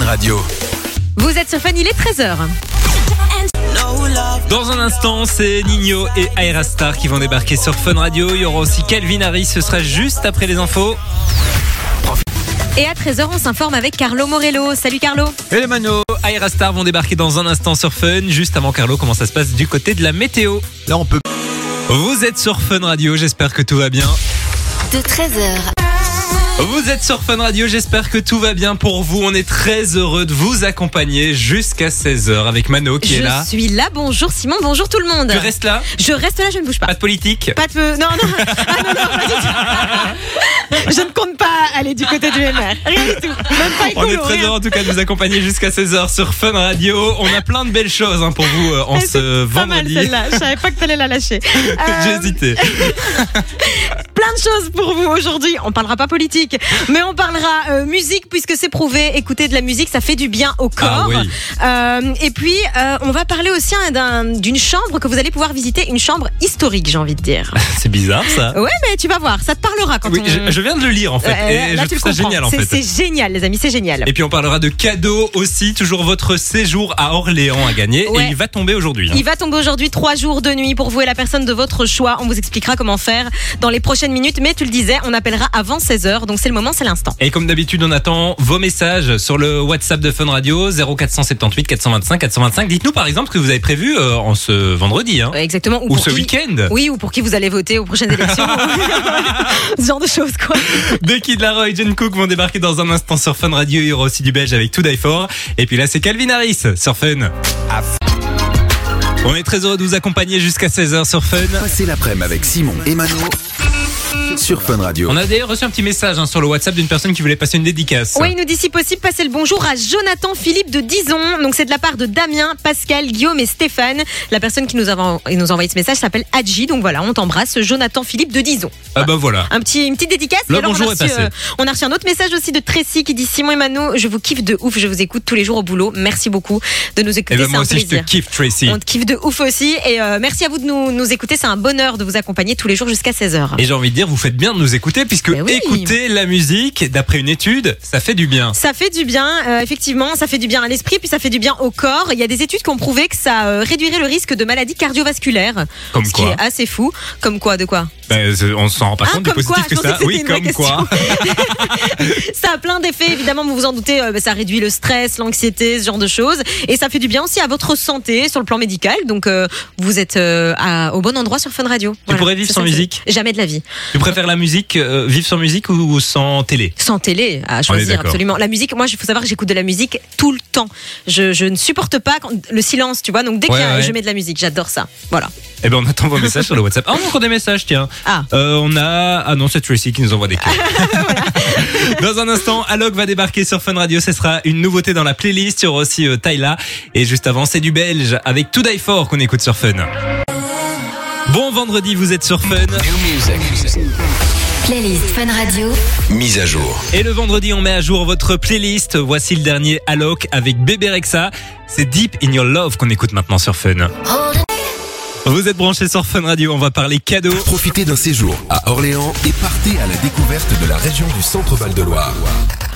Radio. Vous êtes sur Fun, il est 13h. Dans un instant, c'est Nino et Aira Star qui vont débarquer sur Fun Radio. Il y aura aussi Calvin Harris, ce sera juste après les infos. Et à 13h, on s'informe avec Carlo Morello. Salut Carlo. Et les Mano, Aira Star vont débarquer dans un instant sur Fun. Juste avant Carlo, comment ça se passe du côté de la météo Là, on peut. Vous êtes sur Fun Radio, j'espère que tout va bien. de 13h Vous êtes sur Fun Radio, j'espère que tout va bien pour vous. On est très heureux de vous accompagner jusqu'à 16h avec Mano qui est je là. suis là. Bonjour Simon, bonjour tout le monde. Tu restes là Je reste là, je ne bouge pas. Pas de politique Pas de feu. Non, non. Ah, non, non, pas du tout. je ne compte pas aller du côté du MR. Rien du tout. Même pas On est écolo, très rien. heureux en tout cas de vous accompagner jusqu'à 16h sur Fun Radio. On a plein de belles choses hein, pour vous euh, en Eh, c'est ce Pas mal vendredi. celle-là. Je savais pas que t'allais la lâcher. Euh, J'ai hésité. plein de choses pour vous aujourd'hui. On parlera pas politique, mais on parlera euh, musique puisque c'est prouvé. Écouter de la musique, ça fait du bien au Ah corps. oui. Euh, et puis, euh, on va parler aussi hein, d'un- d'une chambre que vous allez pouvoir visiter, une chambre historique, j'ai envie de dire. C'est bizarre ça. Ouais, mais tu vas voir, ça te parlera quand Oui, on. je, je viens de le lire en fait. Euh, et là, je tu trouve le ça comprends. génial en C'est- fait. C'est génial, les amis, c'est génial. Et puis on parlera de cadeaux aussi. Toujours votre séjour à Orléans à gagner. Ouais. Et il va tomber aujourd'hui. hein. Il va tomber aujourd'hui trois jours de nuit pour vous et la personne de votre choix. On vous expliquera comment faire dans les prochaines minutes, mais tu le disais, on appellera avant 16h, donc c'est le moment, c'est l'instant. Et comme d'habitude, on attend vos messages sur le WhatsApp de Fun Radio 0478 425 425. Dites-nous par exemple ce que vous avez prévu euh, en ce vendredi hein, Ouais, Exactement. ou Euh, pour ce qui- week-end. Oui, ou pour qui vous allez voter aux prochaines élections. Ce genre de choses, quoi. Deux Kid Laroi et John Cook vont débarquer dans un instant sur Fun Radio. Il y aura aussi du belge avec Tout Die For. Et puis là, c'est Calvin Harris sur Fun. On est très heureux de vous accompagner jusqu'à 16h sur Fun. Passez l'après-midi avec Simon et Mano sur Fun Radio. On a d'ailleurs reçu un petit message hein, sur le WhatsApp d'une personne qui voulait passer une dédicace. Ouais, il nous dit si possible, passer le bonjour à Jonathan Philippe de Dison. Donc, c'est de la part de Damien, Pascal, Guillaume et Stéphane. La personne qui nous a, en- nous a envoyé ce message s'appelle Adji. Donc, voilà, on t'embrasse, Jonathan Philippe de Dison. Ah bah voilà. Un petit, une petite dédicace. Le Et alors, bonjour on a, est reçu, euh, passé. on a reçu un autre message aussi de Tracy qui dit Simon et Mano, je vous kiffe de ouf, je vous écoute tous les jours au boulot. Merci beaucoup de nous Et écouter. ben c'est moi un aussi, je te plaisir. kiffe, Tracy. On te kiffe de ouf aussi. Et euh, merci à vous de nous, nous écouter. C'est un bonheur de vous accompagner tous les jours jusqu'à 16h. Et j'ai envie de dire, vous faites bien de nous écouter, puisque Ben oui. écouter la musique, d'après une étude, ça fait du bien. Ça fait du bien, euh, effectivement, ça fait du bien à l'esprit, puis ça fait du bien au corps. Il y a des études qui ont prouvé que ça euh, réduirait le risque de maladies cardiovasculaires. Comme ce quoi qui est assez fou. Comme quoi, de quoi Ben, c'est- on s'en rend pas Ah, compte du comme quoi, positif je que pensais ça. que c'était oui, une vraie comme quoi. Ça a plein d'effets, évidemment, vous vous en doutez, euh, bah, ça réduit le stress, l'anxiété, ce genre de choses. Et ça fait du bien aussi à votre santé sur le plan médical. Donc, euh, vous êtes euh, à- au bon endroit sur Fun Radio. Tu pourrais vivre sans musique Jamais de la vie. Tu préfères la musique, euh, vivre sans musique ou, ou sans télé Sans télé, à On est choisir d'accord. absolument. La musique, moi, il faut savoir que j'écoute de la musique tout le temps. Je, je ne supporte pas quand- le silence, tu vois. Donc dès Ouais, qu'il y a- ouais. je mets de la musique, j'adore ça. Voilà. Eh ben, on attend vos messages sur le WhatsApp. Ah, on a encore des messages, tiens. Ah. Euh, on a. Ah non, c'est Tracy qui nous envoie des clés. dans un instant, Alok va débarquer sur Fun Radio. Ce sera une nouveauté dans la playlist. Il y aura aussi euh, Tyla. Et juste avant, c'est du belge avec To Die For qu'on écoute sur Fun. Bon vendredi, vous êtes sur Fun. Playlist Fun Radio Mise à jour. Et le vendredi, on met à jour votre playlist. Voici le dernier Alok avec Bébé Rexa. C'est Deep in Your Love qu'on écoute maintenant sur Fun. Vous êtes branchés sur Fun Radio, on va parler cadeaux. Profitez d'un séjour à Orléans et partez à la découverte de la région du Centre-Val de Loire.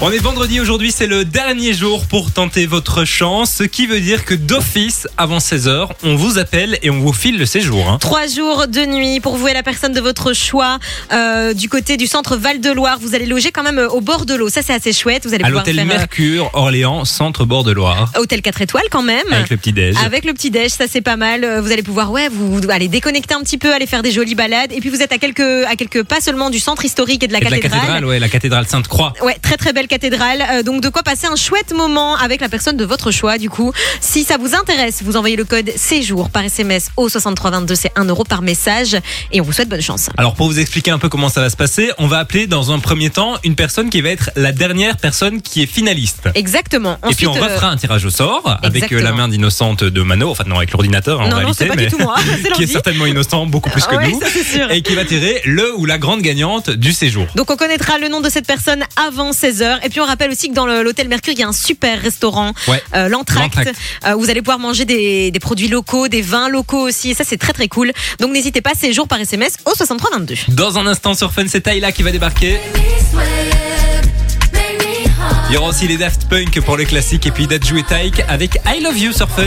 On est vendredi aujourd'hui, c'est le dernier jour pour tenter votre chance, ce qui veut dire que d'office, avant 16h, on vous appelle et on vous file le séjour. hein. Trois jours de nuit pour vous et la personne de votre choix euh, du côté du centre Val-de-Loire. Vous allez loger quand même euh, au bord de l'eau. Ça, c'est assez chouette. Vous allez À pouvoir l'hôtel faire euh, Mercure, Orléans, centre bord de Loire, hôtel 4 étoiles quand même. avec le petit déj. Avec le petit déj, ça c'est pas mal. Euh, Vous allez pouvoir, ouais, vous, vous allez déconnecter un petit peu, aller faire des jolies balades. Et puis vous êtes à quelques, à quelques pas seulement du centre historique et de Et la, de la cathédrale. cathédrale, ouais, la cathédrale Sainte-Croix. Ouais, très très belle cathédrale. Euh, donc de quoi passer un chouette moment avec la personne de votre choix du coup. Si ça vous intéresse, vous envoyez le code séjour par SMS au 6322, c'est 1 euro par message et on vous souhaite bonne chance. Alors pour vous expliquer un peu comment ça va se passer, on va appeler dans un premier temps une personne qui va être la dernière personne qui est finaliste. Exactement. Et puis on Ensuite, euh, refera un tirage au sort avec euh, la exactement. main d'innocente de Mano, enfin non avec l'ordinateur hein, en Non, non, réalité, c'est pas mais du tout moi, c'est qui est l'ordi. certainement innocent beaucoup plus que Ouais, nous, ça, c'est sûr. et qui va tirer le ou la grande gagnante du séjour. euh, Donc on connaîtra le nom de cette personne avant 16h. Et puis on rappelle aussi que dans le- l'hôtel Mercure, il y a un super restaurant, Ouais. euh, l'entracte. L'Entracte. euh, où vous allez pouvoir manger des, des produits locaux, des vins locaux aussi. Et ça, c'est très très cool. Donc n'hésitez pas, séjour par SMS au 6322. Dans un instant sur Fun, c'est Taïla qui va débarquer. Make me sweat, make me hot. Il y aura aussi les Daft Punk pour les classiques et puis Dajou et Taïk avec I Love You sur Fun.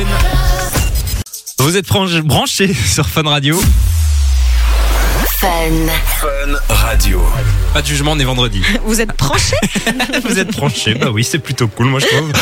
Vous êtes branch- branchés sur Fun Radio. Fun. Fun Radio. Pas de jugement, on est vendredi. Vous êtes branchés Vous êtes branchés, bah oui, c'est plutôt cool, moi je trouve.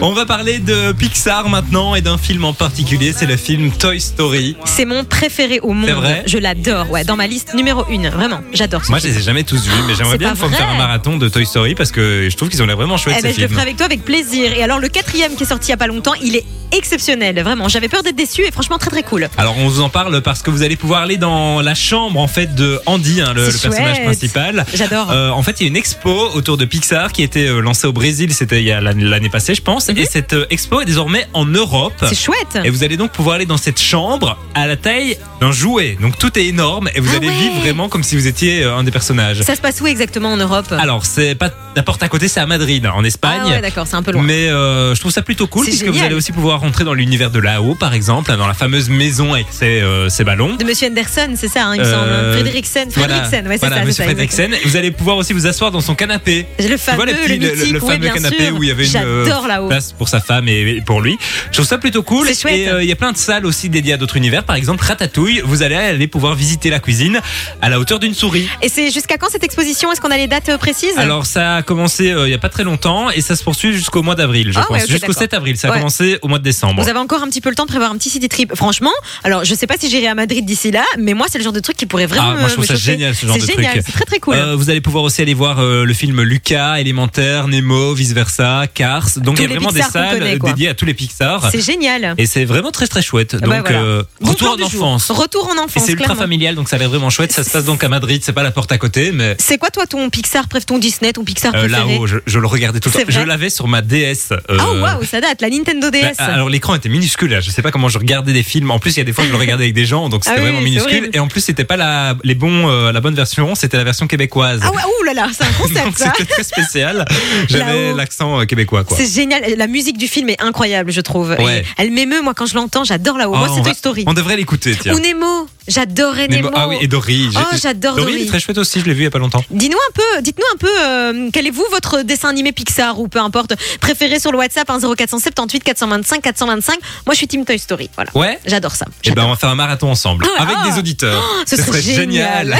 On va parler de Pixar maintenant et d'un film en particulier, c'est le film Toy Story. C'est mon préféré au monde. C'est vrai je l'adore. Ouais, dans ma liste numéro une. Vraiment, j'adore. ce Moi, je film. les ai jamais tous vus, mais j'aimerais c'est bien pas une fois me vrai. faire un marathon de Toy Story parce que je trouve qu'ils ont l'air vraiment chouettes Eh ben, ces je le ferai films. avec toi avec plaisir. Et alors le quatrième qui est sorti il y a pas longtemps, il est exceptionnel. Vraiment, j'avais peur d'être déçu et franchement très très cool. Alors, on vous en parle parce que vous allez pouvoir aller dans la chambre en fait de Andy, hein, le, C'est le personnage chouette. principal. J'adore. Euh, en fait, il y a une expo autour de Pixar qui était euh, lancée au Brésil, c'était il y a l'an- l'année passée, je pense. Et cette euh, expo est désormais en Europe. Mhm. c'est chouette. Et vous allez donc pouvoir aller dans cette chambre à la taille d'un jouet. Donc tout est énorme et vous Ah allez ouais. vivre vraiment comme si vous étiez euh, un des personnages. Ça se passe où exactement en Europe Alors, c'est pas la porte à côté, c'est à Madrid, hein, en Espagne. Ah ouais, d'accord, c'est un peu loin. Mais euh, je trouve ça plutôt cool C'est puisque vous génial. allez aussi pouvoir rentrer dans l'univers de là-haut, par exemple, dans la fameuse maison avec ses, euh, ses ballons. De Monsieur Anderson, c'est ça, hein, il me Euh, semble. Frédériksen, Frédériksen, ouais, c'est voilà, ça. c'est Monsieur ça, Fredriksen. Vous allez pouvoir aussi vous asseoir dans son canapé. exactement. Le Tu fameux, vois, les petits- le, mythique, le ouais, fameux bien canapé sûr. où il y avait une euh, J'adore là-haut. place pour sa femme et et pour lui. Je trouve ça plutôt cool. C'est chouette. Et euh, il y a plein de salles aussi dédiées à d'autres univers. Par exemple, Ratatouille, vous allez aller pouvoir visiter la cuisine à la hauteur d'une souris. Et c'est jusqu'à quand cette exposition Est-ce qu'on a les dates euh, précises Alors ça a commencé euh, il y a pas très longtemps et ça se poursuit jusqu'au mois d'avril, je Ah pense. ouais, ok, jusqu'au d'accord. 7 avril. Ça a Ouais. commencé au mois de décembre. Vous avez encore un petit peu le temps de prévoir un petit city trip. Franchement, alors je sais pas si j'irai à Madrid d'ici là, mais moi c'est le genre de truc qui pourrait vraiment. Ah, moi, je me- trouve me ça chauffer. génial, ce genre de C'est truc. génial, c'est très très cool. Euh, vous allez pouvoir aussi aller voir euh, le film Lucas, Élémentaire, Nemo, Vice Versa, Cars. Donc Tous il y a les vraiment Pixar des qu'on salles connaît, quoi. dédiées à tous les Pixar. c'est génial. Et c'est vraiment très très chouette. Ah bah donc voilà. euh, Bon retour plan en du jour. enfance. Retour en Et enfance. c'est ultra clairement. familial, donc ça a l'air vraiment chouette. Ça se passe donc à Madrid, c'est pas la porte à côté, mais C'est quoi toi ton Pixar, bref ton Disney, ton Pixar euh, préféré là-haut, je, je le regardais tout le temps. C'est Je vrai l'avais sur ma DS. euh, Ah waouh, ça date, la Nintendo DS. bah, alors l'écran était minuscule, là. je sais pas comment je regardais des films. En plus, il y a des fois je le regardais avec des gens, donc c'était Ah oui, vraiment c'est minuscule. horrible. Et en plus, c'était pas la les bons, euh, la bonne version, c'était la version québécoise. Ah ouais, ouh là là, c'est un Donc concept ça. c'était très spécial. J'avais Là-haut. l'accent euh, québécois quoi. C'est génial, la musique du film est incroyable, je trouve. Ouais. Et Elle m'émeut, moi, quand je l'entends, j'adore là-haut. Oh, moi, on c'est va- Toy Story. On devrait l'écouter tiens. Ou Nemo, j'adorais Nemo. Nemo- Ah oui, et Dory. Oh, J'ai- j'adore Dory. Dory. il est très chouette aussi, je l'ai vu il y a pas longtemps. Dis-nous un peu, dites-nous un peu, euh, quel est vous votre dessin animé Pixar ou peu importe préféré sur le WhatsApp hein, 1 0478 425 425. Moi, je suis Team Toy Story, voilà. Ouais J'adore ça. Eh ben, j'adore. on va faire un marathon ensemble Ah, avec ah. des auditeurs. ce serait génial.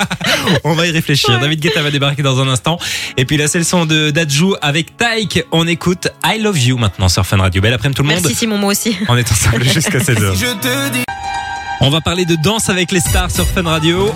on va y réfléchir. David Guetta va débarquer dans un instant. Et puis là, c'est le son de Dajou avec Taïk. On écoute I Love You maintenant sur Fun Radio. Belle après-midi tout le monde. Merci Simon, moi aussi. On est ensemble jusqu'à 16h. On va parler de danse avec les stars sur Fun Radio.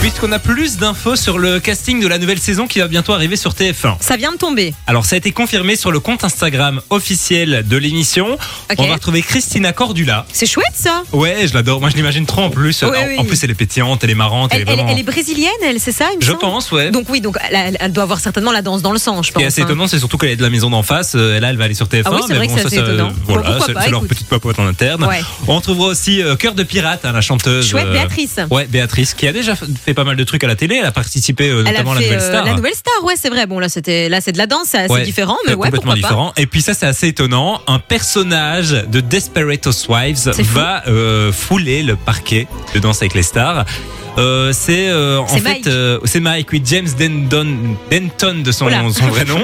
Puisqu'on a plus d'infos sur le casting de la nouvelle saison qui va bientôt arriver sur TF1. Ça vient de tomber. Alors ça a été confirmé sur le compte Instagram officiel de l'émission. Ok. On va retrouver Christina Cordula. C'est chouette ça. Ouais, je l'adore. Moi, je l'imagine trop en plus. Oui, en, oui. en plus, elle est pétillante, elle est marrante, elle, Elle, est elle- vraiment. elle est brésilienne, elle, c'est ça il me Je semble pense, ouais. Donc oui, donc elle, a- elle- elle doit avoir certainement la danse dans le sang, je Ce pense. qui est assez hein. étonnant, c'est surtout qu'elle est de la maison d'en face. Euh, là, elle va aller sur TF1. Ah oui, c'est mais vrai bon, que ça, c'est assez ça, étonnant. Voilà, Bah, pourquoi c'est pas, c'est leur écoute. petite papote en interne. Ouais. On trouvera aussi euh, Cœur de Pirate, hein, la chanteuse. Chouette, euh, Béatrice. Ouais, Béatrice, qui a déjà fait pas mal de trucs à la télé. Elle a participé euh, Elle a notamment à la fait, Nouvelle euh, Star. la nouvelle star, ouais, c'est vrai. Bon là, c'était là, c'est de la danse, c'est assez Ouais, différent, mais c'est ouais, complètement pourquoi différent. Et puis ça, c'est assez étonnant. Un personnage de Desperate Housewives C'est fou. va euh, fouler le parquet de Danse avec les stars. Euh, c'est euh, en C'est fait Mike. euh, c'est Mike oui James Denton Denton de son, Oula. son vrai nom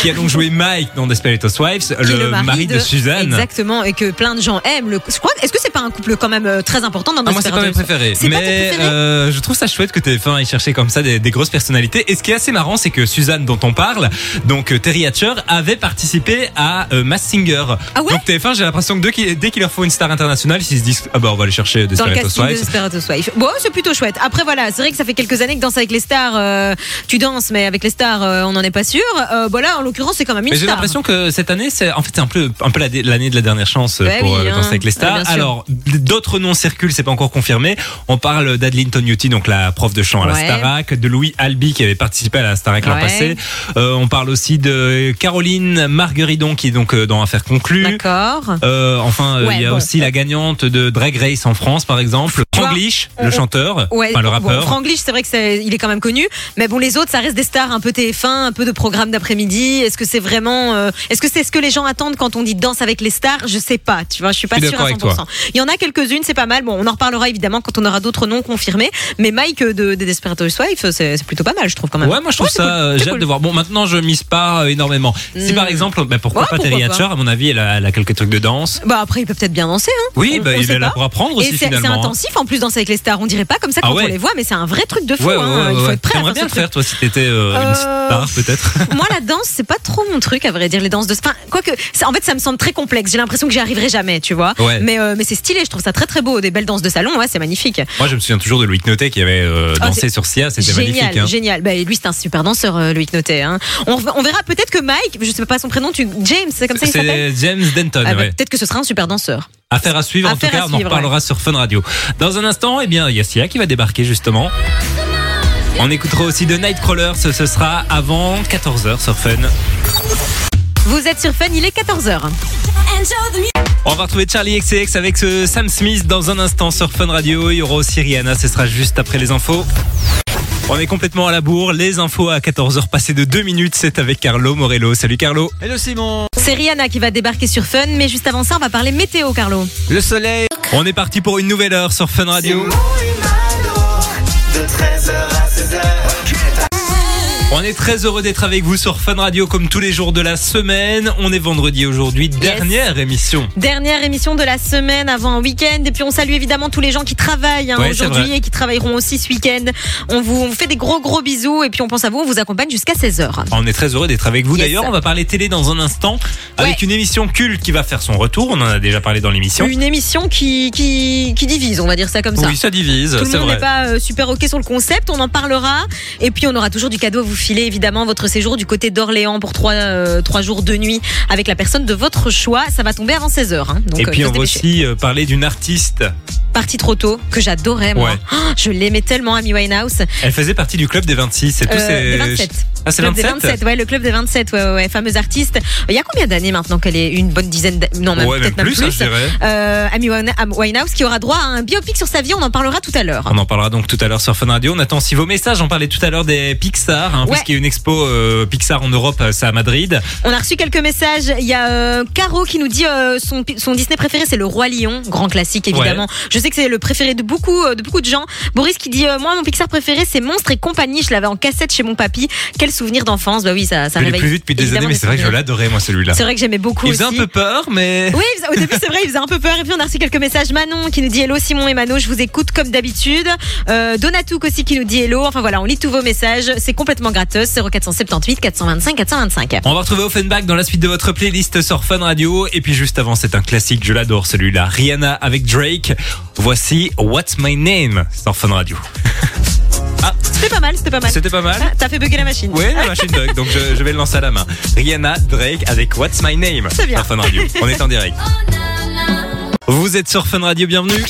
qui a donc joué Mike dans Desperate Housewives pas. Qui est le, mari, de, Suzanne Exactement, et que plein de gens aiment. Le... Je crois. Est-ce que c'est pas un couple quand même euh, très important dans Ah, notre moi c'est pas mes préférés C'est pas tes mais préférés euh, je trouve ça chouette que TF1 ait cherché comme ça des, des grosses personnalités et ce qui est assez marrant c'est que Suzanne dont on parle donc euh, Terry Hatcher avait participé à euh, Mass Singer Ah ouais donc TF1 j'ai l'impression que dès qu'il dès qu'il leur faut une star internationale ils se disent ah bah on va aller chercher dans le Desperate casting de Housewives Desperate Housewives. Bon, c'est plutôt chouette. Après, voilà, c'est vrai que ça fait quelques années que danser avec les stars, euh, tu danses, mais avec les stars, euh, on n'en est pas sûr. Euh, bon, là, en l'occurrence, c'est quand même une mais j'ai star. l'impression que cette année, c'est en fait c'est un peu un peu la dé- l'année de la dernière chance euh, Ouais, pour oui, euh, hein. danser avec les stars. Ouais, bien sûr. Alors d'autres noms circulent, c'est pas encore confirmé. On parle d'Adeline Tognuti, donc la prof de chant à la Ouais. Starac, de Louis Albi qui avait participé à la Starac l'an Ouais. passé. Euh, on parle aussi de Caroline Margueridon qui est donc euh, dans Affaires conclues. D'accord. Euh, enfin, euh, Ouais, il y a bon. aussi la gagnante de Drag Race en France, par exemple. Tu vois, Franglish, on- le on- chanteur, Ouais, enfin le rappeur. bon, Franglish, c'est vrai que c'est, il est quand même connu, mais bon, les autres, ça reste des stars un peu TF1, un peu de programme d'après-midi. Est-ce que c'est vraiment, euh, est-ce que c'est ce que les gens attendent quand on dit danse avec les stars Je sais pas, tu vois, je suis pas Je suis sûre d'accord à avec 100%. toi. Il y en a quelques-unes, c'est pas mal. Bon, on en reparlera évidemment quand on aura d'autres noms confirmés, mais Mike euh, de, des Desperate Housewives, c'est, c'est plutôt pas mal, je trouve quand même. Ouais, moi je trouve c'est ça, cool, euh, c'est j'ai hâte cool. de voir. Bon, maintenant je mise pas euh, énormément. Si Hmm. par exemple, bah, pourquoi Ouais, pas Terry pourquoi Hatcher, à mon avis, elle a, elle a quelques trucs de danse. Bah après, il peut peut-être bien danser, hein. Oui, On- bah, on il sait est là pas. pour apprendre Et aussi c'est, c'est finalement. hein. intensif en plus danser avec les stars. On dirait pas comme ça Ah quand on ouais. les voit, mais c'est un vrai truc de fou. Ouais, ouais, hein. ouais, Il faut ouais. être prêt à T'aimerais faire bien le ce truc. faire, toi, si t'étais euh, Euh, une star, peut-être. Moi, la danse, c'est pas trop mon truc, à vrai dire, les danses de. Enfin, quoique, ça- en fait, ça me semble très complexe. J'ai l'impression que j'y arriverai jamais, tu vois. Ouais. Mais, euh, mais c'est stylé, je trouve ça très très beau. Des belles danses de salon, ouais, c'est magnifique. Moi, je me souviens toujours de Louis Notet qui avait euh, Ah, dansé c'est- sur Sia, c'était génial, magnifique. hein. génial. Bah, et lui, c'est un super danseur, euh, Loïc Notet. hein. On, on verra peut-être que Mike, je sais pas son prénom, tu, James, c'est comme ça qu'il s'appelle C'est James Denton, Ah, bah, ouais. Peut-être que ce sera un super danseur. Affaire à suivre, en tout Affaire à cas, on en suivre, reparlera sur Fun Radio. Dans un instant, eh bien, il y a Sia qui va débarquer, justement. On écoutera aussi de Nightcrawler, ce, ce sera avant 14h sur Fun. Vous êtes sur Fun, il est 14h. On va retrouver Charlie XCX avec ce Sam Smith dans un instant sur Fun Radio. Il y aura aussi Rihanna, ce sera juste après les infos. On est complètement à la bourre, les infos à 14h passées de 2 minutes, c'est avec Carlo Morello. Salut Carlo Hello Simon C'est Rihanna qui va débarquer sur Fun, mais juste avant ça, on va parler météo, Carlo. Le soleil On est parti pour une nouvelle heure sur Fun Radio. De 13h à 16h On est très heureux d'être avec vous sur Fun Radio comme tous les jours de la semaine. On est vendredi aujourd'hui, dernière émission. Dernière émission de la semaine avant un week-end. Et puis on salue évidemment tous les gens qui travaillent hein, Ouais, c'est aujourd'hui vrai. et qui travailleront aussi ce week-end. On vous on vous fait des gros gros bisous et puis on pense à vous, on vous accompagne jusqu'à 16h. On est très heureux d'être avec vous. Yes. D'ailleurs, on va parler télé dans un instant avec Ouais. une émission culte qui va faire son retour. On en a déjà parlé dans l'émission. Une émission qui, qui, qui divise, on va dire ça comme ça. Oui, ça divise, Tout le c'est monde vrai. n'est pas euh, super ok sur le concept, on en parlera. Et puis on aura toujours du cadeau à vous filer, évidemment, votre séjour du côté d'Orléans pour trois, euh, trois jours de nuit avec la personne de votre choix. Ça va tomber avant 16h. Hein. Donc, Et euh, puis faut on se va dépêcher. aussi euh, parler d'une artiste. Partie trop tôt, que j'adorais moi. Ouais. Oh, je l'aimais tellement, Amy Winehouse. Elle faisait partie du club des 26. Et tous Euh, ces- des 27. Ah, c'est Club 27, des 27, ouais, le club des 27, ouais, ouais, ouais, fameuse artiste. Il y a combien d'années maintenant qu'elle est une bonne dizaine d'années Non, même Ouais, même peut-être plus, hein, je dirais. Euh, Amy Wine- Am- Winehouse qui aura droit à un biopic sur sa vie, on en parlera tout à l'heure. On en parlera donc tout à l'heure sur Fun Radio. On attend aussi vos messages. On parlait tout à l'heure des Pixar, hein, Ouais. puisqu'il y a une expo euh, Pixar en Europe, euh, c'est à Madrid. On a reçu quelques messages. Il y a euh, Caro qui nous dit euh, son, pi- son Disney préféré c'est le Roi Lion, grand classique évidemment. Je sais que c'est le préféré de beaucoup euh, de beaucoup de gens. Boris qui dit euh, moi mon Pixar préféré c'est Monstre et compagnie. Je l'avais en cassette chez mon papy. Quel souvenir d'enfance. Bah oui ça ça je l'ai réveille plus vu depuis des évidemment années, mais c'est vrai que je souvenirs. l'adorais, moi, celui-là. C'est vrai que j'aimais beaucoup Il aussi. faisait un peu peur, mais. Oui, il faisait- au début, c'est vrai, il faisait un peu peur. Et puis, on a reçu quelques messages. Manon qui nous dit Hello, Simon et Mano, je vous écoute comme d'habitude. Euh, Donatouk aussi qui nous dit Hello. Enfin voilà, on lit tous vos messages. C'est complètement gratos. 0478 425 425. On va retrouver Offenbach dans la suite de votre playlist sur Fun Radio. Et puis juste avant, c'est un classique, je l'adore celui-là. Rihanna avec Drake. Voici What's My Name sur Fun Radio. C'était pas mal, c'était pas mal. C'était pas mal Ah, T'as fait bugger la machine. Ouais, la machine bug, donc je, je vais le lancer à la main. Rihanna, Drake avec What's My Name C'est bien. sur Fun Radio. On est en direct. Vous êtes sur Fun Radio, bienvenue.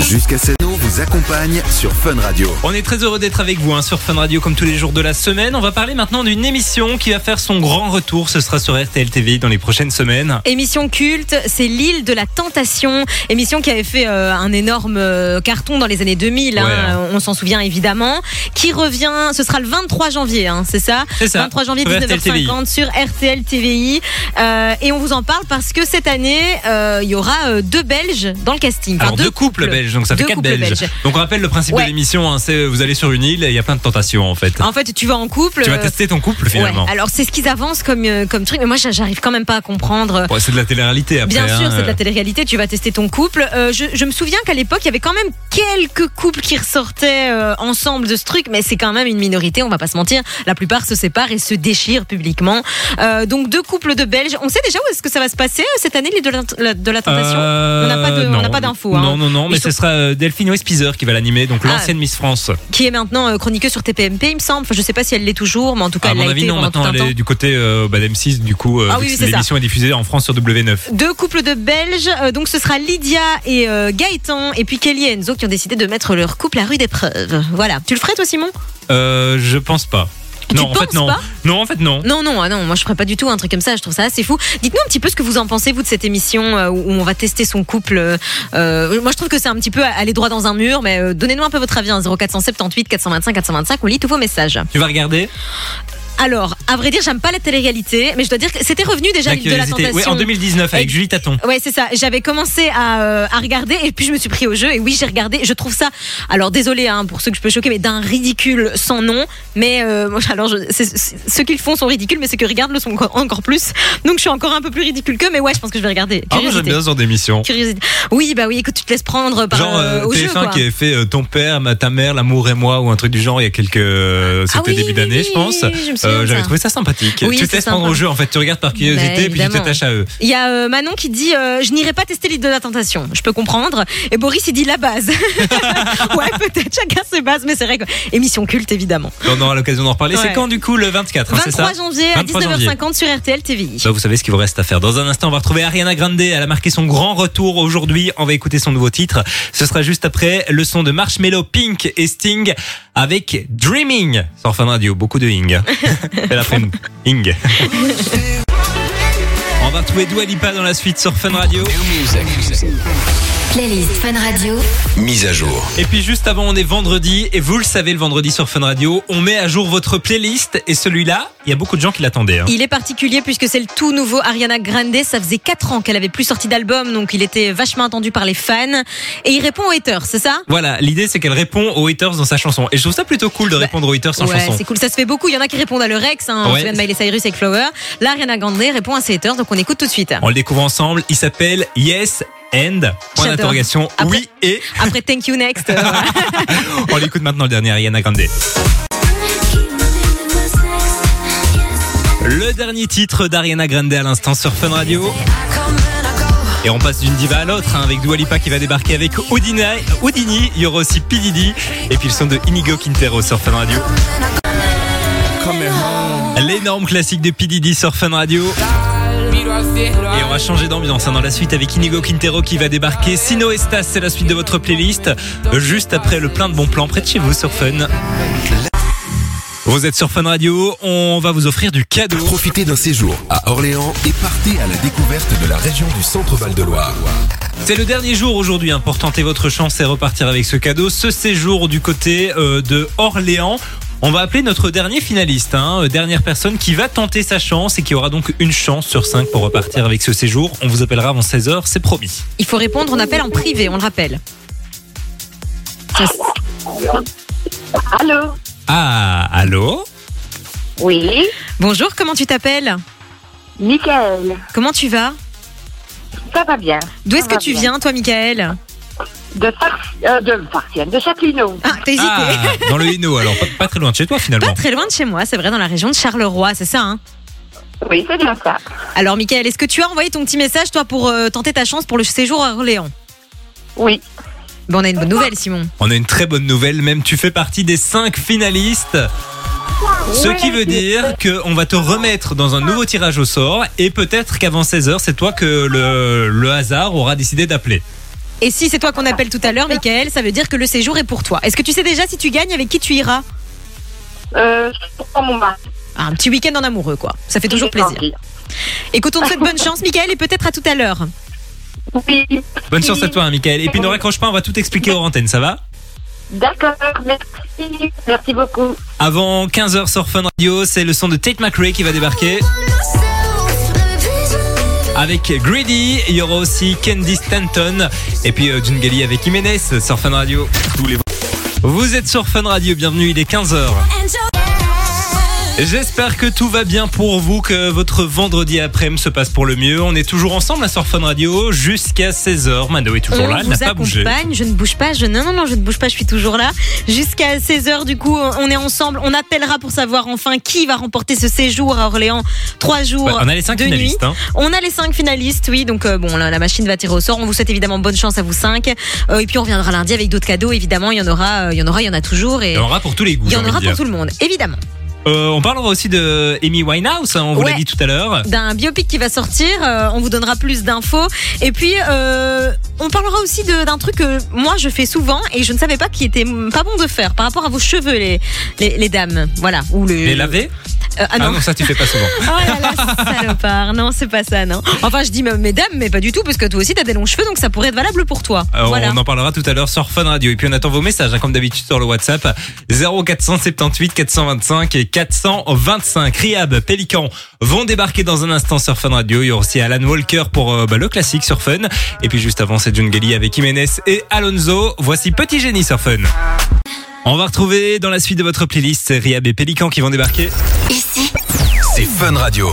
Jusqu'à 7 on vous accompagne sur Fun Radio. On est très heureux d'être avec vous hein, sur Fun Radio comme tous les jours de la semaine. On va parler maintenant d'une émission qui va faire son grand retour. Ce sera sur RTL TV dans les prochaines semaines. Émission culte, c'est l'île de la tentation. Émission qui avait fait euh, un énorme euh, carton dans les années 2000. hein, Ouais. euh, on s'en souvient évidemment. Qui revient Ce sera le 23 janvier, hein, c'est ça C'est ça. 23 janvier Sur RTL TVI. 19h50 sur RTL TVI. Euh, et on vous en parle parce que cette année, euh, il y aura euh, deux Belges dans le casting. Enfin, Alors deux, couples belges, donc ça fait Deux quatre couples belges. belges. Donc on rappelle le principe Ouais. de l'émission, hein, c'est euh, vous allez sur une île et il y a plein de tentations en fait. En fait, tu vas en couple. tu vas euh, tester ton couple finalement. ouais. Alors c'est ce qu'ils avancent comme euh, comme truc, mais moi j'arrive quand même pas à comprendre. euh, Bon, c'est de la télé-réalité après. Bien sûr, hein. c'est de la télé-réalité, tu vas tester ton couple. Euh, je, je me souviens qu'à l'époque, il y avait quand même quelques couples qui ressortaient euh, ensemble de ce truc, mais c'est quand même une minorité, on va pas se mentir. La plupart se séparent et se déchirent publiquement. Euh, donc deux couples de Belges. On sait déjà où est-ce que ça va se passer euh, cette année, les de la, la- de la tentation Euh, On n'a pas de- on non. n'a pas d'infos, hein. Non, non, non, mais Ils ce sont- sera euh, Delphine Wespizer qui va l'animer, donc Ah. l'ancienne Miss France. Qui est maintenant euh, chroniqueuse sur TPMP, il me semble. Enfin, je sais pas si elle l'est toujours, mais en tout cas, À elle mon l'a avis, été non, pendant tout maintenant un elle temps. est du côté euh, bah, d'M6, du coup, euh, Ah vu oui, que c'est ça. l'émission est diffusée en France sur W9. Deux couples de Belges, euh, donc ce sera Lydia et euh, Gaëtan, et puis Kelly et Enzo qui ont décidé de mettre leur couple à rude épreuve. Voilà. Tu le ferais toi, Simon Euh, je pense pas. Non, tu en fait, penses non. pas non, en fait, non. Non, non, ah non, moi je ferais pas du tout un truc comme ça, je trouve ça assez fou. Dites-nous un petit peu ce que vous en pensez, vous, de cette émission euh, où on va tester son couple. euh, euh, moi je trouve que c'est un petit peu aller droit dans un mur, mais euh, donnez-nous un peu votre avis, hein, 0478 425 425, on lit tous vos messages. Tu vas regarder Alors, à vrai dire, j'aime pas la télé-réalité, mais je dois dire que c'était revenu déjà la de la curiosité. tentation. Ouais, en 2019 avec Et- Julie Taton. Ouais, c'est ça. J'avais commencé à, euh, à regarder et puis je me suis pris au jeu. Et oui, j'ai regardé. Je trouve ça. Alors, désolé hein, pour ceux que je peux choquer, mais d'un ridicule sans nom. Mais euh, moi, alors, je, c'est- c'est- ceux qu'ils font sont ridicules, mais ceux qui regardent le sont encore- encore plus. Donc, je suis encore un peu plus ridicule qu'eux. Mais ouais, je pense que je vais regarder. Ah, moi, j'aime Curiosité. bien ce genre d'émission. Curiosité. Oui, bah oui, écoute, tu te laisses prendre par Genre euh, euh, au jeu. TF1 Quoi. qui avait fait euh, ton père, ma ta mère, l'amour et moi ou un truc du genre il y a quelques euh, Ah c'était oui, début oui, d'année oui, je pense. Euh, oui, oui, je me souviens de J'avais ça. trouvé ça sympathique. Oui, tu te c'est laisses prendre sympa. au jeu en fait, tu regardes par Bah, curiosité puis tu évidemment. t'attaches à eux. Il y a euh, Manon qui dit euh, Je n'irai pas tester l'île de la tentation. Je peux comprendre. Et Boris, il dit la base. ouais, peut-être. Chacun ses bases, mais c'est vrai que. Émission culte, évidemment. On aura l'occasion d'en reparler. C'est Ouais. quand du coup le 24 hein, c'est ça 23 janvier à 23 janvier. 19h50 sur RTL TVI. Bah, vous savez ce qu'il vous reste à faire. Dans un instant, on va retrouver Ariana Grande. Elle a marqué son grand retour aujourd'hui. On va écouter son nouveau titre. Ce sera juste après le son de Marshmello, Pink et Sting avec Dreaming. Sans fin de radio, beaucoup de ing. Elle a fait une ing. On va retrouver Dua Lipa dans la suite sur Fun Radio. Playlist Fun Radio. Mise à jour. Et puis juste avant, on est vendredi. Et vous le savez, le vendredi sur Fun Radio, on met à jour votre playlist. Et celui-là, il y a beaucoup de gens qui l'attendaient. hein. Il est particulier puisque c'est le tout nouveau Ariana Grande. Ça faisait 4 ans qu'elle avait plus sorti d'album, donc il était vachement attendu par les fans. Et il répond aux haters, c'est ça Voilà, l'idée c'est qu'elle répond aux haters dans sa chanson. Et je trouve ça plutôt cool de répondre aux haters en Bah, Ouais, chanson. c'est cool. Ça se fait beaucoup. Il y en a qui répondent à le Rex, hein, Ouais. on se souvient de Miley Cyrus avec Flower. Là, Ariana Grande répond à ses haters, donc on écoute tout de suite. On le découvre ensemble. Il s'appelle Yes and. Point J'adore. d'interrogation. Après- Oui et. Après, thank you next. euh, voilà. On l'écoute maintenant le dernier Ariana Grande. Le dernier titre d'Ariana Grande à l'instant sur Fun Radio. Et on passe d'une diva à l'autre hein, avec Dua Lipa qui va débarquer avec Houdini. Houdini, il y aura aussi P. Diddy et puis le son de Inigo Quintero sur Fun Radio. L'énorme classique de P. Diddy sur Fun Radio. Et on va changer d'ambiance hein, dans la suite avec Inigo Quintero qui va débarquer. Sino Estas, c'est la suite de votre playlist. euh, Juste après le plein de bons plans près de chez vous sur Fun. Vous êtes sur Fun Radio, on va vous offrir du cadeau. Profitez d'un séjour à Orléans et partez à la découverte de la région du Centre-Val de Loire. C'est le dernier jour aujourd'hui hein, pour tenter votre chance et repartir avec ce cadeau. Ce séjour du côté euh, de Orléans. On va appeler notre dernier finaliste, hein, euh, dernière personne qui va tenter sa chance et qui aura donc une chance sur cinq pour repartir avec ce séjour. On vous appellera avant 16h, c'est promis. Il faut répondre, on appelle en privé, on le rappelle. Ça, c'est- Allô Ah, allô Oui Bonjour, comment tu t'appelles Michael, Comment tu vas ça va bien D'où est-ce Ça que va tu bien. viens, toi, Michael De Far- euh, de Farcienne, de Châtelineau. Ah, t'as hésité. Ah, dans le Hainaut, alors pas, pas très loin de chez toi Pas finalement. très loin de chez moi, c'est vrai, dans la région de Charleroi, c'est ça. Hein Oui, c'est bien ça. Alors, Michael, est-ce que tu as envoyé ton petit message, toi, pour euh, tenter ta chance pour le séjour à Orléans Oui. Bon, on a une bonne nouvelle, Simon. On a une très bonne nouvelle, même tu fais partie des cinq finalistes. Ce qui veut dire qu'on va te remettre dans un nouveau tirage au sort et peut-être qu'avant 16h, c'est toi que le, le hasard aura décidé d'appeler. Et si c'est toi qu'on appelle tout à l'heure, Michael, ça veut dire que le séjour est pour toi. Est-ce que tu sais déjà si tu gagnes, avec qui tu iras Euh, je prends mon mari. Ah, Un petit week-end en amoureux, quoi. Ça fait toujours Il est plaisir. Écoute, on te souhaite bonne chance, Michael, et peut-être à tout à l'heure. gentil. Oui. Bonne chance à toi, hein, Michael. Et puis ne raccroche pas, on va tout expliquer aux antennes, ça va D'accord, merci. Merci beaucoup. Avant 15h sur Fun Radio, c'est le son de Tate McRae qui va débarquer. Avec Greedy, il y aura aussi Candy Stanton et puis euh, Jungali avec Jiménez sur Fun Radio. Tous les Vous êtes sur Fun Radio, bienvenue, il est 15h. J'espère que tout va bien pour vous, que votre vendredi après-midi se passe pour le mieux. On est toujours ensemble à sur Fun Radio jusqu'à 16h. Mano est toujours Euh, on là, elle vous n'a pas bougé. accompagne, je ne bouge pas, je non non non, je ne bouge pas, je suis toujours là jusqu'à 16h du coup, on est ensemble, on appellera pour savoir enfin qui va remporter ce séjour à Orléans, trois jours Ouais, Bah, on a les 5 de nuit. finalistes. hein. On a les cinq finalistes, oui, donc euh, bon, là, la machine va tirer au sort. On vous souhaite évidemment bonne chance à vous cinq. Euh, et puis on reviendra lundi avec d'autres cadeaux, évidemment. Il y en aura, euh, il y en aura, il y en a toujours. Et Il y en aura pour tous les goûts. il y j'ai en envie aura de dire. pour tout le monde, évidemment. Euh, on parlera aussi de Amy Winehouse, hein, on vous Ouais. l'a dit tout à l'heure. d'un biopic qui va sortir. euh, on vous donnera plus d'infos. Et puis, euh, on parlera aussi de- d'un truc que moi je fais souvent et je ne savais pas qui était mm, pas bon de faire par rapport à vos cheveux, les, les, les dames. Voilà. Ou le, Les laver Euh, ah Ah non. non, ça tu fais pas souvent. Oh là là, salopard. Non, c'est pas ça, non. Enfin, je dis me- mesdames, mais pas du tout, parce que toi aussi, t'as des longs cheveux, donc ça pourrait être valable pour toi. Euh, voilà. On en parlera tout à l'heure sur Fun Radio. Et puis on attend vos messages, hein, comme d'habitude sur le WhatsApp 0478 425 et 425. Riab, Pélican vont débarquer dans un instant sur Fun Radio. Il y aura aussi Alan Walker pour euh, bah, le classique sur Fun. Et puis juste avant, c'est June Gelly avec Jiménez et Alonso. Voici Petit Génie sur Fun. On va retrouver dans la suite de votre playlist c'est Riab et Pélican qui vont débarquer. Ici, C'est Fun Radio.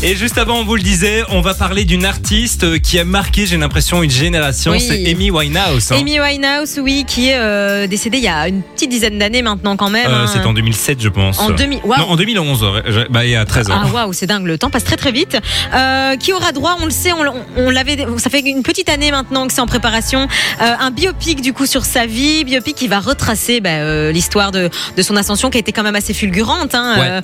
Et juste avant, on vous le disait, on va parler d'une artiste euh, qui a marqué, j'ai l'impression, une génération. Oui. C'est Amy Winehouse. hein. Amy Winehouse, oui, qui est euh, décédée il y a une petite dizaine d'années maintenant, quand même. Euh, hein. C'était en 2007, je pense. En 2000. Waouh. Non, en 2011, ouais, je- bah, il y a 13 ans. Ah waouh, c'est dingue, le temps passe très très vite. Euh, qui aura droit, on le sait, on, l- on l'avait, ça fait une petite année maintenant que c'est en préparation, euh, un biopic du coup sur sa vie, biopic qui va retracer bah, euh, l'histoire de, de son ascension qui a été quand même assez fulgurante. Hein. Ouais. Euh,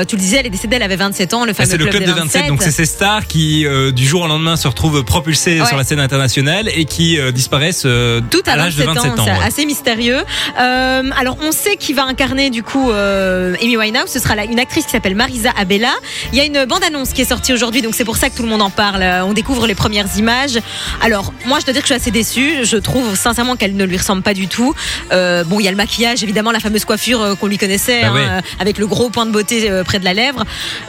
euh, tu le disais, elle est décédée, elle avait 27 ans, le Ah, fameux c'est le club des de 27, donc c'est ces stars qui euh, du jour au lendemain se retrouvent propulsées Ouais. sur la scène internationale et qui euh, disparaissent euh, tout à, l'âge de 27 ans. c'est ouais. assez mystérieux. Euh, alors on sait qui va incarner du coup euh, Amy Winehouse, ce sera là une actrice qui s'appelle Marisa Abella. Il y a une bande-annonce qui est sortie aujourd'hui, donc c'est pour ça que tout le monde en parle. Euh, On découvre les premières images. Alors moi je dois dire que je suis assez déçue, je trouve sincèrement qu'elle ne lui ressemble pas du tout. Euh, bon il y a le maquillage, évidemment la fameuse coiffure euh, qu'on lui connaissait, Bah ouais. euh, avec le gros point de beauté euh, près de la lèvre.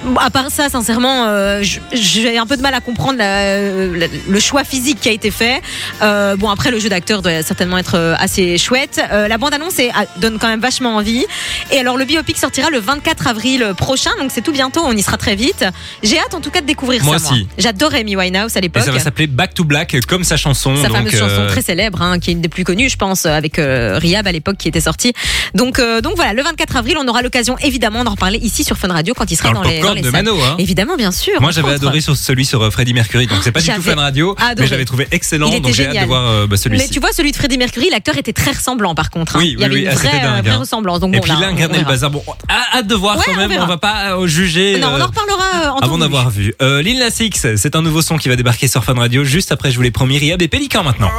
Bon, à part ça, sincèrement, euh, je- j'ai un peu de mal à comprendre la- la- le choix physique qui a été fait. Euh, bon, après, le jeu d'acteur doit certainement être euh, assez chouette. Euh, la bande-annonce est- ah, donne quand même vachement envie. Et alors, le biopic sortira le 24 avril prochain, donc c'est tout bientôt, on y sera très vite. J'ai hâte en tout cas de découvrir Moi ça. aussi. J'adorais Amy Winehouse à Et l'époque. ça va s'appeler Back to Black, euh, comme sa chanson. Sa donc, fameuse chanson euh, très célèbre, hein, qui est une des plus connues, je pense, avec euh, Riab à l'époque qui était sortie. Donc, euh, donc voilà, le 24 avril, on aura l'occasion évidemment d'en reparler ici sur Fun Radio quand il sera dans, dans, le les, dans popcorn les de salles. Mano. hein. Évidemment, bien sûr. Moi, entre j'avais autres. adoré sur celui sur euh, Freddie Mercury, donc c'est pas du tout J'avais Fun Radio, mais adoré. j'avais trouvé excellent, Il était donc j'ai hâte de génial. voir euh, bah, Mais celui-ci. tu vois, celui de Freddie Mercury, l'acteur était très ressemblant par contre. hein. Oui, Il y oui, avait oui, une ah, c'était vraie, dingue, euh, vraie hein. ressemblance. Donc Et bon, puis là, là, on incarner le verra. bazar. Bon, ah, hâte de voir Ouais, quand on même. verra. On va pas euh, juger. Non, on euh, en reparlera euh, en temps avant voulu. d'avoir vu. Euh, Lil Nas X, c'est un nouveau son qui va débarquer sur Fun Radio juste après, je vous l'ai promis, Riab et Pélican maintenant.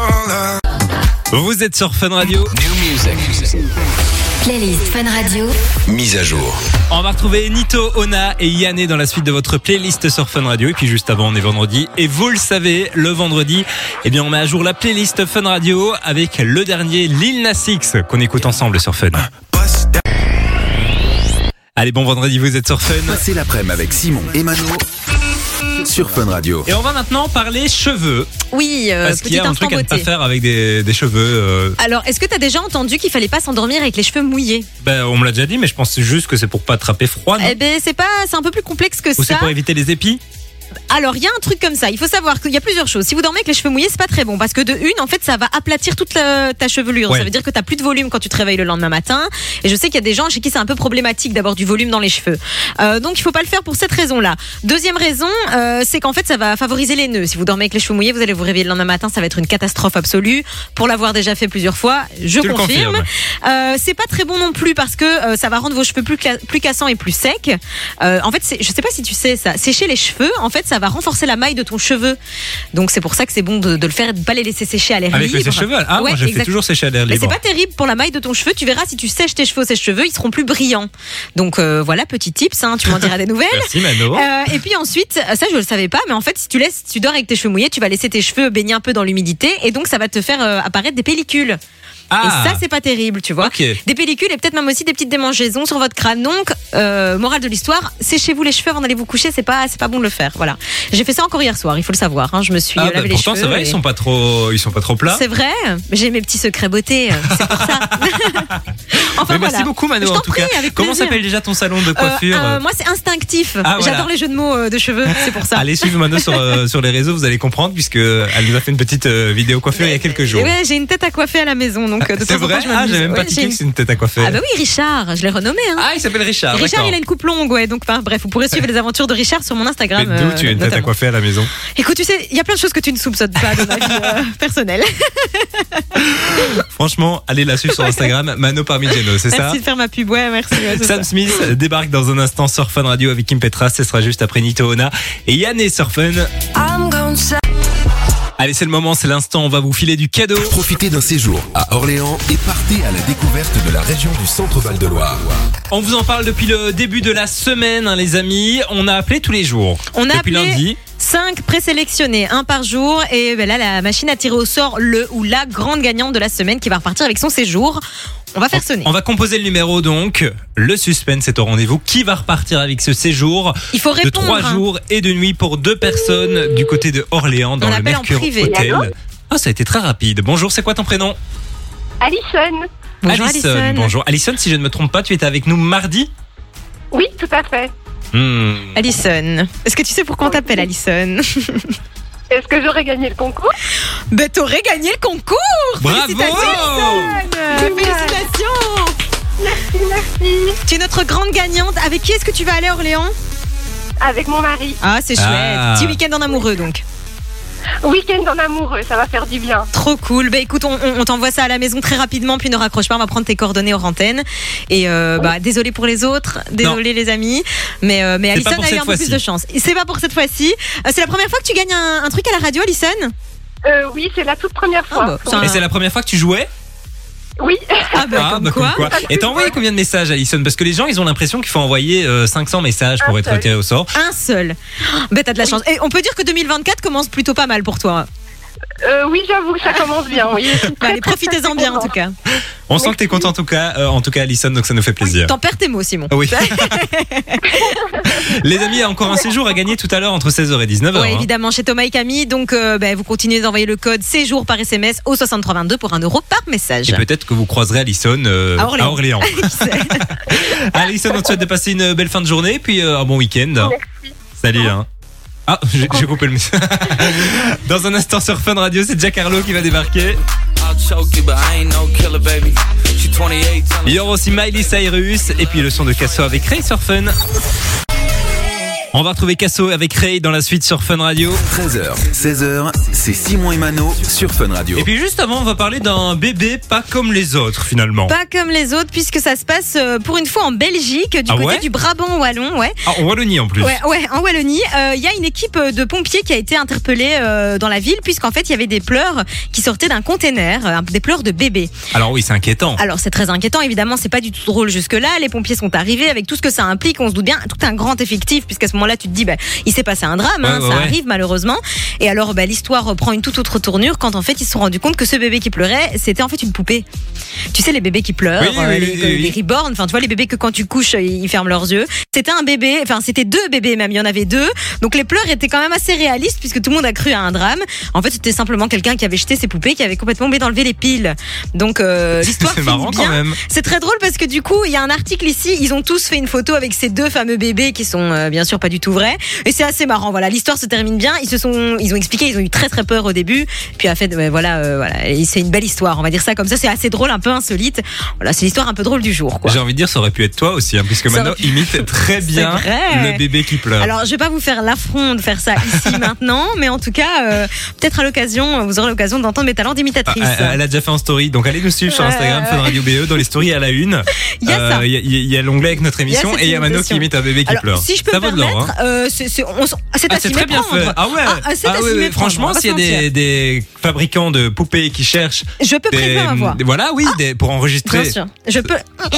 Vous êtes sur Fun Radio. New music. playlist Fun Radio. Mise à jour. On va retrouver Nito, Ona et Yanné dans la suite de votre playlist sur Fun Radio. Et puis juste avant, on est vendredi. Et vous le savez, le vendredi, eh bien, on met à jour la playlist Fun Radio avec le dernier Lil Nas X qu'on écoute ensemble sur Fun. Allez, bon vendredi, vous êtes sur Fun. Passez l'après-midi avec Simon et Mano sur Fun Radio. Et on va maintenant parler cheveux. Oui, euh, Parce qu'il y petit a un instant truc à ne pas beauté. faire avec des, des cheveux. euh, Alors, est-ce que t'as déjà entendu qu'il fallait pas s'endormir avec les cheveux mouillés ben, on me l'a déjà dit, mais je pense juste que c'est pour pas attraper froid. non Eh ben, c'est pas, c'est un peu plus complexe que Ou c'est ça. pour éviter les épis Alors, il y a un truc comme ça. Il faut savoir qu'il y a plusieurs choses. Si vous dormez avec les cheveux mouillés, c'est pas très bon parce que de une, en fait, ça va aplatir toute la- ta chevelure. Ouais. Ça veut dire que t'as plus de volume quand tu te réveilles le lendemain matin. Et je sais qu'il y a des gens chez qui c'est un peu problématique d'avoir du volume dans les cheveux. Euh, donc, il faut pas le faire pour cette raison-là. Deuxième raison, euh, c'est qu'en fait, ça va favoriser les nœuds. Si vous dormez avec les cheveux mouillés, vous allez vous réveiller le lendemain matin, ça va être une catastrophe absolue. Pour l'avoir déjà fait plusieurs fois, je Tu le confirme. confirmes. Euh, c'est pas très bon non plus parce que euh, ça va rendre vos cheveux plus, cla- plus cassants et plus secs. Euh, en fait, c'est- je sais pas si tu sais ça. Sécher les cheveux, en fait, ça va renforcer la maille de ton cheveu. Donc c'est pour ça que c'est bon de, de le faire et de pas les laisser sécher à l'air Avec libre. le sèche-cheveux Ah, Ouais, moi, je fais exact. toujours sécher à l'air Mais libre. c'est pas terrible pour la maille de ton cheveu. Tu verras si tu sèches tes cheveux, ces cheveux, ils seront plus brillants. Donc euh, voilà, petit tips. Hein, tu m'en diras des nouvelles. Merci, Mano. Euh, et puis ensuite, ça je le savais pas, mais en fait, si tu laisses, tu dors avec tes cheveux mouillés, tu vas laisser tes cheveux baigner un peu dans l'humidité, et donc ça va te faire euh, apparaître des pellicules. Ah. Et ça, c'est pas terrible, tu vois. Ok. Des pellicules et peut-être même aussi des petites démangeaisons sur votre crâne. Donc, euh, morale de l'histoire, séchez-vous les cheveux avant d'aller vous coucher, c'est pas, c'est pas bon de le faire. Voilà. J'ai fait ça encore hier soir, il faut le savoir. hein. Je me suis Ah, euh, bah, lavé les pourtant, cheveux. c'est vrai, et- ils sont pas trop, ils sont pas trop plats. C'est vrai, j'ai mes petits secrets beauté, euh, c'est pour ça. enfin Mais voilà. merci beaucoup, Mano, Je en t'en tout prie, cas. avec Comment plaisir. s'appelle déjà ton salon de Euh, coiffure euh, moi, c'est instinctif. Ah, voilà. J'adore les jeux de mots euh, de cheveux, c'est pour ça. Allez suivre Mano sur, euh, sur les réseaux, vous allez comprendre, puisque elle nous a fait une petite euh, vidéo coiffure il y a quelques jours. Ouais, j'ai une tête à coiffer à la maison, donc donc euh, de C'est temps en temps, vrai je Ah, m'amuse. j'ai même pas Ouais, piqué j'ai que c'est une tête à coiffer. une- Ah bah oui, Richard, je l'ai renommé. Hein. Ah, il s'appelle Richard. Richard, d'accord. il a une coupe longue, ouais. Donc, enfin, bref, vous pourrez suivre les aventures de Richard sur mon Instagram. Mais d'où euh, tu as une tête à notamment. coiffer à la maison Écoute, tu sais, il y a plein de choses que tu ne soupçonnes pas de ma vie euh, personnelle. Franchement, allez la suivre sur Instagram, Mano Parmigiano, c'est ça Merci de faire ma pub, ouais, merci. ouais, c'est Sam ça. Smith débarque dans un instant sur Fun Radio avec Kim Petras, ce sera juste après Nito Ona et Yann et sur Fun. Allez, c'est le moment, c'est l'instant, on va vous filer du cadeau. Profitez d'un séjour à Orléans et partez à la découverte de la région du Centre-Val de Loire. On vous en parle depuis le début de la semaine, hein, les amis. On a appelé tous les jours. On a depuis appelé- lundi. Cinq présélectionnés, un par jour. Et ben là, la machine a tiré au sort le ou la grande gagnante de la semaine qui va repartir avec son séjour. On va faire sonner. On va composer le numéro donc. Le suspense est au rendez-vous. Qui va repartir avec ce séjour Il faut de répondre. trois hein. jours et de nuit pour deux personnes du côté de Orléans dans On le appelle en Mercure privé. Hotel. Allô Ah, ça a été très rapide. Bonjour, c'est quoi ton prénom Alison Bonjour Alison. Alison. Bonjour Alison, si je ne me trompe pas, tu étais avec nous mardi. Oui, tout à fait. Hmm. Alison. Est-ce que tu sais pourquoi on t'appelle Alison Est-ce que j'aurais gagné le concours Ben t'aurais gagné le concours Bravo Oh, Félicitations Alison. Félicitations Merci, merci. Tu es notre grande gagnante. Avec qui est-ce que tu vas aller à Orléans Avec mon mari. Ah, c'est chouette. Ah. Petit week-end en amoureux donc. Week-end en amoureux, ça va faire du bien. Trop cool. Bah écoute, on, on- on t'envoie ça à la maison très rapidement, puis ne raccroche pas, on va prendre tes coordonnées hors antenne. Et euh, bah désolé pour les autres, désolé les amis, mais euh, mais C'est pas Alison pour a eu cette un peu fois-ci. plus de chance. Et C'est pas pour cette fois-ci. Euh, c'est la première fois que tu gagnes un, un truc à la radio, Alison Euh, oui, c'est la toute première Ah fois. bah, c'est un- Et c'est la première fois que tu jouais Oui, Ah bah, Ah, comme bah, quoi. Et t'as envoyé combien de messages, Alison Parce que les gens, ils ont l'impression qu'il faut envoyer euh, 500 messages Ah, pour Un être seul. tiré au sort. Un seul. Bah t'as de la chance. Et on peut dire que 2024 commence plutôt pas mal pour toi. euh, oui, j'avoue, ça commence bien. Oui. Bah, allez, profitez-en bien en tout cas. On sent que t'es content en tout cas, euh, en tout cas, Alison, donc ça nous fait plaisir. T'en perds tes mots, Simon. Ah Oui. les amis, il y a encore un séjour à gagner tout à l'heure entre 16h et 19h. Ouais, hein. évidemment, chez Thomas et Camille. Donc, euh, bah, vous continuez d'envoyer le code séjour par SMS au 6322 pour 1 euro par message. Et peut-être que vous croiserez Alison euh, À Orléans. Alison, on te souhaite de passer une belle fin de journée, puis euh, un bon week-end. Salut. hein. Ah, j'ai j'ai coupé le message. Dans un instant sur Fun Radio, c'est Jack Harlow qui va débarquer. I'll choke you, but I ain't no killer, baby. She 28, tell Il y aura aussi Miley Cyrus et puis le son de Casso avec Ray sur Fun. On va retrouver Casso avec Ray dans la suite sur Fun Radio. 13h, 16h, c'est Simon et Mano sur Fun Radio. Et puis juste avant, on va parler d'un bébé pas comme les autres finalement. Pas comme les autres, puisque ça se passe euh, pour une fois en Belgique, du Ah côté ouais du Brabant wallon, ouais. Ah, en Wallonie en plus. Ouais, ouais, en Wallonie, euh, il y a une équipe de pompiers qui a été interpellée euh, dans la ville, puisqu'en fait, il y avait des pleurs qui sortaient d'un container, euh, des pleurs de bébés. Alors oui, c'est inquiétant. Alors, c'est très inquiétant, évidemment, c'est pas du tout drôle jusque-là. Les pompiers sont arrivés avec tout ce que ça implique, on se doute bien, tout un grand effectif, puisqu'à ce moment-là, tu te dis, bah, il s'est passé un drame, hein, Ouais, ouais, ça ouais. arrive malheureusement. Et alors, bah, l'histoire prend une toute autre tournure quand en fait, ils se sont rendus compte que ce bébé qui pleurait, c'était en fait une poupée. Tu sais, les bébés qui pleurent, Oui, oui, euh, oui, les, oui, oui. les reborn, enfin, tu vois, les bébés que quand tu couches, euh, ils ils ferment leurs yeux. C'était un bébé, enfin, c'était deux bébés même, il y en avait deux. Donc, les pleurs étaient quand même assez réalistes, puisque tout le monde a cru à un drame. En fait, c'était simplement quelqu'un qui avait jeté ses poupées, qui avait complètement oublié d'enlever les piles. Donc, euh, l'histoire C'est finit marrant bien. quand même. C'est très drôle parce que du coup, il y a un article ici, ils ont tous fait une photo avec ces deux fameux bébés qui sont euh, bien sûr pas du tout vrais. Et c'est assez marrant, voilà, l'histoire se termine bien, ils se sont, ils ont expliqué, ils ont eu très très peur au début, puis à fait, ouais, voilà, euh, voilà, Et c'est une belle histoire, on va dire ça comme ça, c'est assez drôle, un peu insolite. Voilà, c'est l'histoire un peu drôle du jour, quoi. J'ai envie de dire, ça aurait pu être toi aussi, hein, puisque Ça Mano aurait pu- imite très bien vrai. le bébé qui pleure. Alors, je vais pas vous faire l'affront de faire ça ici maintenant, mais en tout cas, euh, peut-être à l'occasion, vous aurez l'occasion d'entendre mes talents Ah, d'imitatrice. elle elle a déjà fait en story, donc allez nous suivre sur Ouais, Instagram, ouais, Fun Radio BE, dans les stories à la une. Il y a ça. Euh, Il y a- il y a, l'onglet avec notre émission cette et il y a Mano qui imitation. imite un bébé qui Alors, pleure. si je peux ça me vaut de l'or, hein. permettre, euh, c'est c'est- on s- ah, c'est Ah, à s'y c'est très bien méprendre. fait. Ah ouais. Ah, c'est à s'y ouais, ouais. méprendre, on Franchement, va s'il pas y se a des, mentir. des fabricants de poupées qui cherchent Je peux des, prévenir ma voix. des- voilà, oui, des- pour enregistrer, Ah. Bien sûr. Je peux. Eh,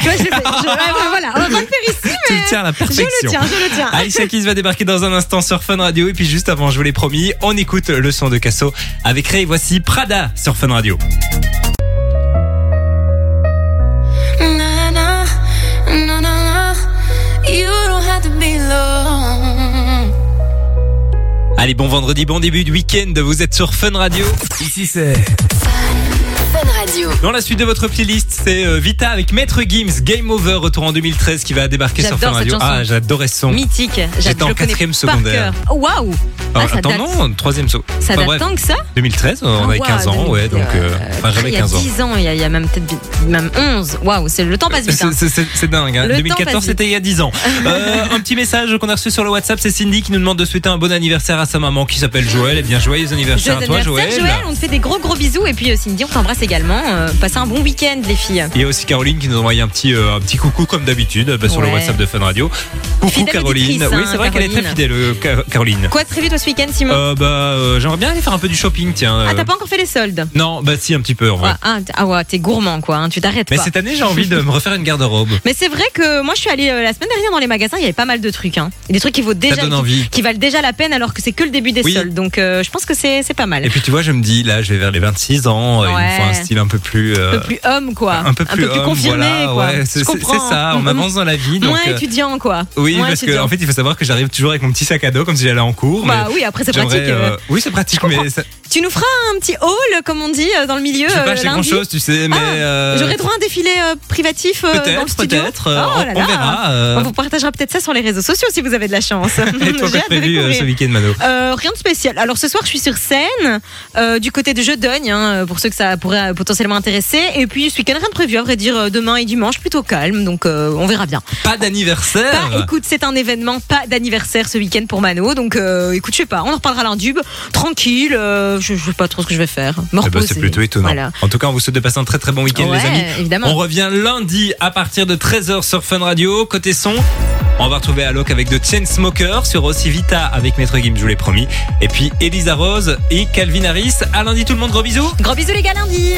tu vois, je le fais. Je- ouais, voilà, on va pas le faire ici, tu mais. le tiens à la Je perfection. le tiens, je le tiens. Alicia Keys va débarquer dans un instant sur Fun Radio et puis juste avant, je vous l'ai promis, on écoute le son de Casso avec Ray. Voici Prada sur Fun Radio. Na, na, na, na, na. You don't have to be alone. Allez, bon vendredi, bon début de week-end. Vous êtes sur Fun Radio. Ici c'est Fun Radio. Radio. Dans la suite de votre playlist, c'est euh, Vita avec Maître Gims, Game Over, retour en 2013 qui va débarquer sur Fun J'adore cette Radio. chanson. Ah, j'adorais ce son. Mythique. J'étais en quatrième secondaire. Waouh. Ah, Ah, ça attends, date. non, troisième saut. Ça Enfin, date bref, tant que Ah ça 2013, euh, on avait 15 ans, ouais, donc. euh, Enfin, j'avais 15 ans. Il y a 10 ans, il y a, il y a même peut-être bi- même 11. Waouh, c'est- le temps passe vite. hein. Euh, C'est- C'est c'est- c'est dingue. hein. Le temps 2014, passe c'était il y a 10 ans. Euh, un petit message qu'on a reçu sur le WhatsApp, c'est Cindy qui nous demande de souhaiter un bon anniversaire à sa maman qui s'appelle Joël. Eh bien, joyeux anniversaire Joyeux à toi, anniversaire, Joël. Joël. On te fait des gros gros bisous. Et puis euh, Cindy, on t'embrasse également. Euh, passez un bon week-end, les filles. Il y a aussi Caroline qui nous a envoyé un petit, euh, un petit coucou comme d'habitude bah, sur le Ouais. WhatsApp de Fun Radio. Coucou Fidèle Caroline. auditrice, oui, hein, c'est vrai qu'elle est très Caroline. fidèle, euh, Ca- Caroline. Quoi de prévu toi ce week-end, Simon Euh, bah, euh, j'aimerais bien aller faire un peu du shopping, tiens. euh. Ah, t'as pas encore fait les soldes Non, bah si, un petit peu en vrai. Ouais, ah, t- ah ouais, t'es gourmand quoi, hein, tu t'arrêtes Mais pas. cette année, j'ai envie de me refaire une garde-robe. Mais c'est vrai que moi je suis allée euh, la semaine dernière dans les magasins, il y avait pas mal de trucs. Hein. Des trucs qui, vaut déjà, donne qui- envie. Qui, valent déjà la peine alors que c'est que le début des Oui. soldes. Donc euh, je pense que c'est c'est pas mal. Et puis tu vois, je me dis, là, je vais vers les 26 ans, euh, il me faut un Ouais. style un peu plus. un euh, peu plus homme quoi. un peu plus, homme, confirmé voilà, quoi. ouais, c'est c'est- je comprends. c'est ça, on Mhm. avance dans la vie. Donc, Moins euh, étudiant quoi. oui, Moins parce que étudiant. en fait, il faut savoir que j'arrive toujours avec mon petit sac à dos comme si j'allais en cours. Bah mais oui, après c'est j'aimerais, pratique. euh, euh, oui, c'est pratique, je mais comprends. ça, Tu nous feras un petit haul, comme on dit, euh, dans le milieu. je sais euh, pas acheter grand lundi. Ah, chose, tu sais, mais. euh, J'aurai droit à un défilé euh, privatif euh, dans le Peut-être, studio. peut-être. euh, Oh on, là on là. verra. euh, On vous partagera peut-être ça sur les réseaux sociaux si vous avez de la chance. Et toi, J'ai quoi de hâte de prévu euh, découvrir. ce week-end, Mano Euh, rien de spécial. Alors ce soir, je suis sur scène euh, du côté de Jeudonne, hein, pour ceux que ça pourrait euh, potentiellement intéresser. Et puis ce week-end, rien de prévu, à vrai dire, euh, demain et dimanche, plutôt calme, donc euh, on verra bien. Pas d'anniversaire Pas- écoute, c'est un événement, pas d'anniversaire ce week-end pour Mano, donc euh, écoute, je sais pas, on en reparlera lundi. Tranquille, euh, je, je sais pas trop ce que je vais faire. Me Eh ben, reposer. c'est plutôt étonnant. Voilà. En tout cas, on vous souhaite de passer un très très bon week-end, Ouais, les amis. évidemment. On revient lundi à partir de 13h sur Fun Radio. Côté son, on va retrouver Alok avec The Chainsmokers, sur aussi Vita avec Maître Gim, je vous l'ai promis. Et puis Elisa Rose et Calvin Harris. À lundi tout le monde, gros bisous. Gros bisous les gars lundi